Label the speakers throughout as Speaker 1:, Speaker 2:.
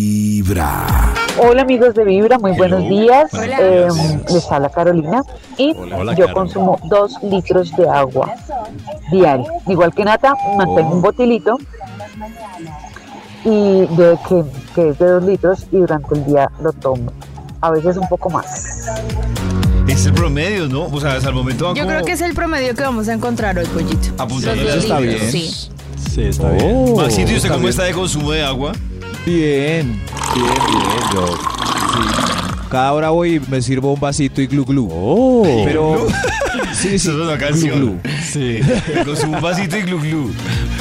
Speaker 1: Vibra.
Speaker 2: Hola amigos de Vibra, muy
Speaker 3: Hello.
Speaker 2: buenos días.
Speaker 3: Hola.
Speaker 2: Eh,
Speaker 3: Buenos días.
Speaker 2: les habla Carolina y
Speaker 3: Hola. Hola,
Speaker 2: yo
Speaker 3: Caro.
Speaker 2: consumo dos litros de agua diaria. Igual que Nata, mantengo
Speaker 3: Oh.
Speaker 2: un botilito y de que, que es de dos litros y durante el día lo tomo. A veces un poco más.
Speaker 4: Es el promedio, ¿no? O sea, al momento.
Speaker 5: Yo creo que es el promedio que vamos a encontrar hoy, pollito.
Speaker 4: Apuntando eso
Speaker 5: Los dos
Speaker 4: está bien.
Speaker 5: litros, Sí.
Speaker 6: Sí, está bien.
Speaker 4: como. Maxito, ¿y usted
Speaker 6: Está
Speaker 4: cómo
Speaker 6: bien.
Speaker 4: está de consumo de agua?
Speaker 6: Bien, bien, bien. Yo, sí. Cada hora voy y me sirvo un vasito y glu glu.
Speaker 3: Oh.
Speaker 6: Pero. Sí, sí.
Speaker 4: Eso es una canción.
Speaker 6: Glu,
Speaker 4: Sí. Consumo un vasito y glu glu.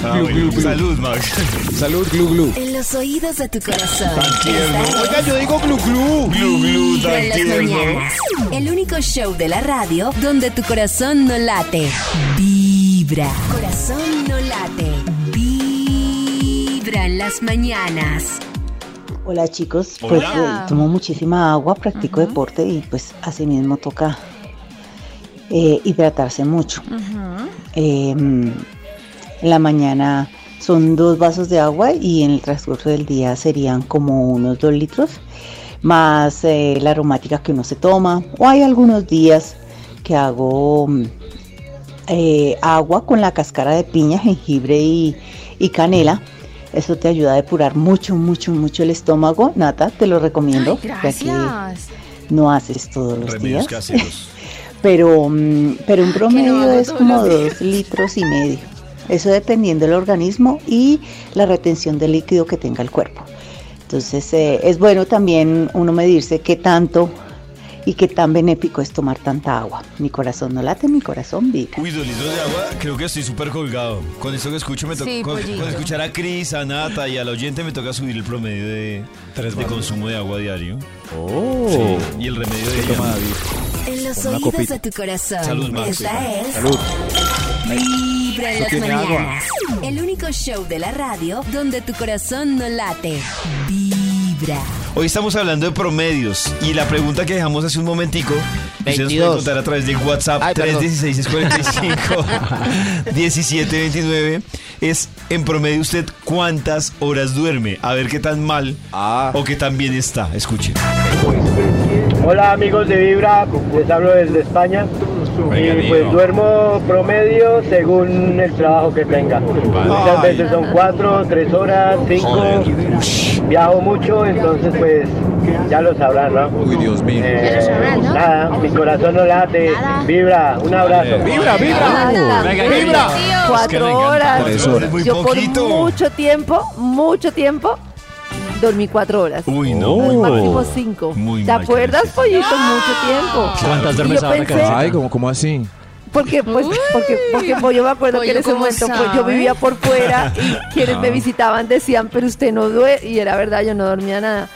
Speaker 4: Ah,
Speaker 6: Glu,
Speaker 4: bueno.
Speaker 6: glu, glu.
Speaker 4: Salud, Max.
Speaker 6: Salud, glu glu.
Speaker 7: En los oídos de tu corazón.
Speaker 4: Tan tierno.
Speaker 7: Está
Speaker 6: Oiga, yo digo glu glu.
Speaker 4: Glu glu,
Speaker 7: Vibra
Speaker 4: tan
Speaker 7: en las
Speaker 4: tierno.
Speaker 7: mañanas. El único show de la radio donde tu corazón no late. Vibra. Corazón no late. Vibra en las mañanas.
Speaker 8: Hola chicos, pues
Speaker 5: Hola.
Speaker 8: eh, tomo muchísima agua, practico
Speaker 5: Ujú.
Speaker 8: deporte y pues así mismo toca eh, hidratarse mucho.
Speaker 5: Ujú.
Speaker 8: Eh, mm, en la mañana son dos vasos de agua y en el transcurso del día serían como unos dos litros, más eh, la aromática que uno se toma. O hay algunos días que hago mm, eh, agua con la cáscara de piña, jengibre y, y canela. Eso te ayuda a depurar mucho, mucho, mucho el estómago. Nata, te lo recomiendo.
Speaker 5: Ay,
Speaker 8: ya que
Speaker 5: gracias.
Speaker 8: no haces todos los
Speaker 4: Remedios
Speaker 8: días
Speaker 4: caseros.
Speaker 8: pero, mm, pero un
Speaker 5: no
Speaker 8: promedio
Speaker 5: hago
Speaker 8: es
Speaker 5: todos
Speaker 8: como
Speaker 5: los
Speaker 8: dos litros y medio. Eso dependiendo del organismo y la retención de líquido que tenga el cuerpo. Entonces eh, es bueno también uno medirse qué tanto y qué tan benéfico es tomar tanta agua. Mi corazón no late, mi corazón vibra.
Speaker 4: Uy, dos litros de agua, creo que estoy súper colgado. Con esto que escucho, me toca.
Speaker 5: Sí,
Speaker 4: con,
Speaker 5: pollito.
Speaker 4: con escuchar a Cris, a Nata y al oyente, me toca subir el promedio de, de consumo de agua diario.
Speaker 6: Oh.
Speaker 4: Sí. Y el remedio de ella.
Speaker 7: En los
Speaker 6: Una
Speaker 7: oídos
Speaker 6: copita.
Speaker 7: de tu corazón.
Speaker 4: Salud, Max.
Speaker 7: Esta es
Speaker 6: Salud.
Speaker 7: Vibra en las
Speaker 6: tiene agua.
Speaker 7: mañanas. El único show de la radio donde tu corazón no late. Vibra.
Speaker 4: Hoy estamos hablando de promedios y la pregunta que dejamos hace un momentico usted nos puede
Speaker 3: 22.
Speaker 4: contar a través del WhatsApp
Speaker 3: Ay, perdón.
Speaker 4: 316-645-1729 es en promedio usted cuántas horas duerme, a ver qué tan mal
Speaker 6: Ah.
Speaker 4: o qué tan bien está. Escuche.
Speaker 9: Hola amigos de Vibra, les hablo desde España y pues duermo promedio según el trabajo que tenga. Muchas
Speaker 6: Ay.
Speaker 9: veces son cuatro, tres horas, cinco. Viajo mucho, entonces pues ya lo sabrán, ¿no?
Speaker 6: Uy, Dios mío.
Speaker 9: Eh,
Speaker 5: sabrán, ¿no?
Speaker 9: Nada, mi corazón no late.
Speaker 5: Nada.
Speaker 9: Vibra, un abrazo.
Speaker 6: Vibra, vibra.
Speaker 3: vibra.
Speaker 10: Cuatro horas.
Speaker 6: Tres
Speaker 4: horas. Muy
Speaker 10: Yo
Speaker 4: poquito.
Speaker 10: por mucho tiempo, mucho tiempo, dormí cuatro horas.
Speaker 4: Uy, no.
Speaker 10: Al máximo cinco.
Speaker 4: Muy
Speaker 10: ¿Te
Speaker 4: mal,
Speaker 10: acuerdas, pollito? Mucho tiempo.
Speaker 3: ¿Cuántas
Speaker 10: duermes
Speaker 3: duermes
Speaker 10: yo ahora,
Speaker 3: ahora,
Speaker 10: pensé- Karen?
Speaker 6: Ay, ¿cómo, cómo así?
Speaker 10: Porque, pues,
Speaker 5: Uy.
Speaker 10: porque, porque pues, yo me acuerdo que en
Speaker 5: Pollo,
Speaker 10: ese
Speaker 5: ¿cómo
Speaker 10: momento pues, yo
Speaker 5: sabe?
Speaker 10: vivía por fuera y quienes
Speaker 6: Ah.
Speaker 10: me visitaban decían, pero usted no duerme. Y era verdad, yo no dormía nada.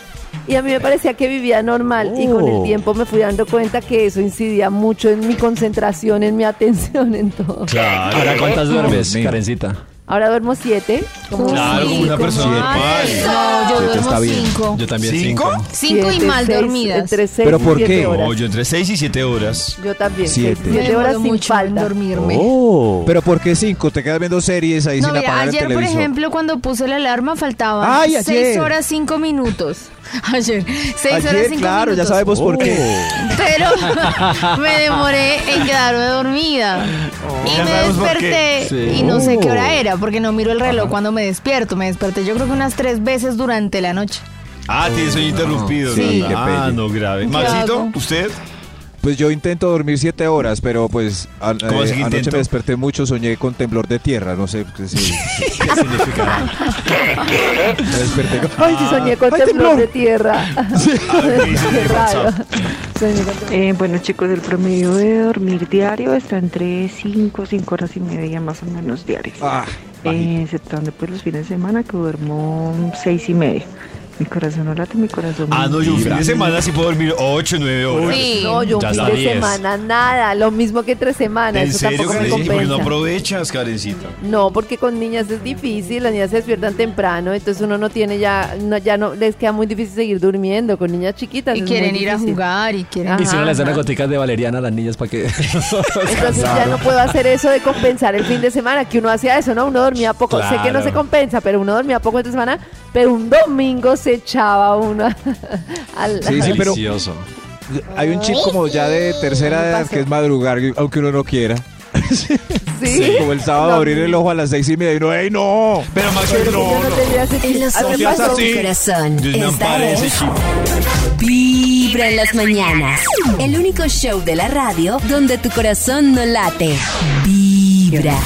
Speaker 10: Y a mí me parecía que vivía normal y con el
Speaker 6: Oh.
Speaker 10: tiempo me fui dando cuenta que eso incidía mucho en mi concentración, en mi atención, en todo.
Speaker 4: Claro.
Speaker 3: Ahora, ¿cuántas duermes,
Speaker 6: mío.
Speaker 3: Karencita?
Speaker 10: Ahora duermo siete. como
Speaker 4: Claro, como una persona normal.
Speaker 5: No, yo
Speaker 6: Siete
Speaker 5: duermo
Speaker 6: está bien.
Speaker 5: cinco.
Speaker 3: Yo también
Speaker 4: ¿Cinco?
Speaker 3: cinco.
Speaker 5: Cinco y
Speaker 10: Siete,
Speaker 5: mal
Speaker 10: seis,
Speaker 5: dormidas.
Speaker 10: Entre seis
Speaker 6: ¿Pero
Speaker 10: y
Speaker 6: por
Speaker 10: siete
Speaker 6: qué?
Speaker 10: horas.
Speaker 4: No, yo entre 6 y 7 horas.
Speaker 10: Yo también. seis,
Speaker 6: Siete.
Speaker 5: Yo
Speaker 10: siete
Speaker 5: demoro
Speaker 10: horas sin
Speaker 5: mucho en
Speaker 10: falta.
Speaker 5: dormirme.
Speaker 3: Oh.
Speaker 6: Pero ¿por qué cinco? Te quedas viendo series ahí
Speaker 5: No,
Speaker 6: sin
Speaker 5: mira,
Speaker 6: apagar el
Speaker 5: ayer, por
Speaker 6: televisor.
Speaker 5: ejemplo, cuando puse la alarma faltaban
Speaker 6: Ay,
Speaker 5: 6
Speaker 6: ayer.
Speaker 5: horas 5 minutos. Ayer, 6 horas
Speaker 6: ayer,
Speaker 5: 5
Speaker 6: claro, ya
Speaker 5: minutos.
Speaker 6: sabemos por qué.
Speaker 5: Pero me demoré en quedarme dormida. y
Speaker 3: Oh.
Speaker 4: Ya
Speaker 5: me
Speaker 4: sabemos por
Speaker 5: desperté
Speaker 3: qué. Sí.
Speaker 5: y no sé qué hora
Speaker 3: Oh.
Speaker 5: era, porque no miro el reloj cuando me despierto. Me desperté yo creo que unas tres veces durante la noche.
Speaker 4: Ah, tiene sueño interrumpido.
Speaker 6: Sí.
Speaker 4: ¿no?
Speaker 6: Qué
Speaker 4: Ah,
Speaker 6: pelle.
Speaker 4: no, grave.
Speaker 5: ¿Qué
Speaker 4: Maxito,
Speaker 5: hago?
Speaker 4: ¿usted?
Speaker 6: Pues yo intento dormir siete horas, pero pues a-
Speaker 4: ¿Cómo así que
Speaker 6: anoche
Speaker 4: intento?
Speaker 6: me desperté mucho, soñé con temblor de tierra, no sé pues, qué si- qué significará. me desperté con...
Speaker 10: Ay, sí soñé con
Speaker 6: Ay,
Speaker 10: temblor,
Speaker 6: temblor.
Speaker 10: de tierra.
Speaker 4: A ver, ¿qué Ah, dice
Speaker 10: Qué
Speaker 4: el
Speaker 10: raro.
Speaker 4: WhatsApp?
Speaker 10: Soñé con temblor.
Speaker 11: Eh, bueno chicos, el promedio de dormir diario está entre 5, 5 horas y media más o menos diarias.
Speaker 6: Ah,
Speaker 11: Eh, exceptuando pues los fines de semana que duermo 6 y media. Mi corazón no late, mi corazón...
Speaker 4: Ah, no, yo un fin
Speaker 11: vibra.
Speaker 4: de semana sí puedo dormir 8, 9 horas.
Speaker 5: Sí.
Speaker 10: No, yo un
Speaker 4: Ya
Speaker 10: fin
Speaker 4: está
Speaker 10: de
Speaker 4: diez.
Speaker 10: semana, nada. Lo mismo que tres semanas.
Speaker 4: ¿En
Speaker 10: Eso
Speaker 4: serio,
Speaker 10: tampoco me
Speaker 4: Karencita?
Speaker 6: pues
Speaker 4: ¿Por qué no
Speaker 10: compensa.
Speaker 4: aprovechas, Karencita?
Speaker 10: No, porque con niñas es difícil, las niñas se despiertan temprano, entonces uno no tiene ya, no, ya no, les queda muy difícil seguir durmiendo con niñas chiquitas.
Speaker 5: Y
Speaker 10: es
Speaker 5: quieren
Speaker 10: muy
Speaker 5: ir a
Speaker 10: difícil.
Speaker 5: jugar y quieren... Ah,
Speaker 10: Ajá.
Speaker 3: Y si no les dan las goticas de valeriana a las niñas para que.
Speaker 10: Entonces ya no puedo hacer eso de compensar el fin de semana, que uno hacía eso, ¿no? Uno dormía poco. Sé que no
Speaker 3: Claro.
Speaker 10: se compensa, pero uno dormía poco entre semana, pero un domingo se echaba uno a- al.
Speaker 6: Sí, sí, pero-
Speaker 3: Delicioso.
Speaker 6: Hay un chip como ya de tercera edad que es madrugar, aunque uno no quiera.
Speaker 10: Sí.
Speaker 6: Como el sábado abrir el ojo a las seis y media y uno, ¡ey, no!
Speaker 4: Pero Maxi, no, no.
Speaker 7: En los
Speaker 10: A mí me
Speaker 7: oídos
Speaker 10: pasó-
Speaker 7: de tu corazón.
Speaker 4: Dios me ampare
Speaker 7: Esta
Speaker 4: ese
Speaker 7: es
Speaker 4: chip.
Speaker 7: Vibra en las mañanas. El único show de la radio donde tu corazón no late. Vibra.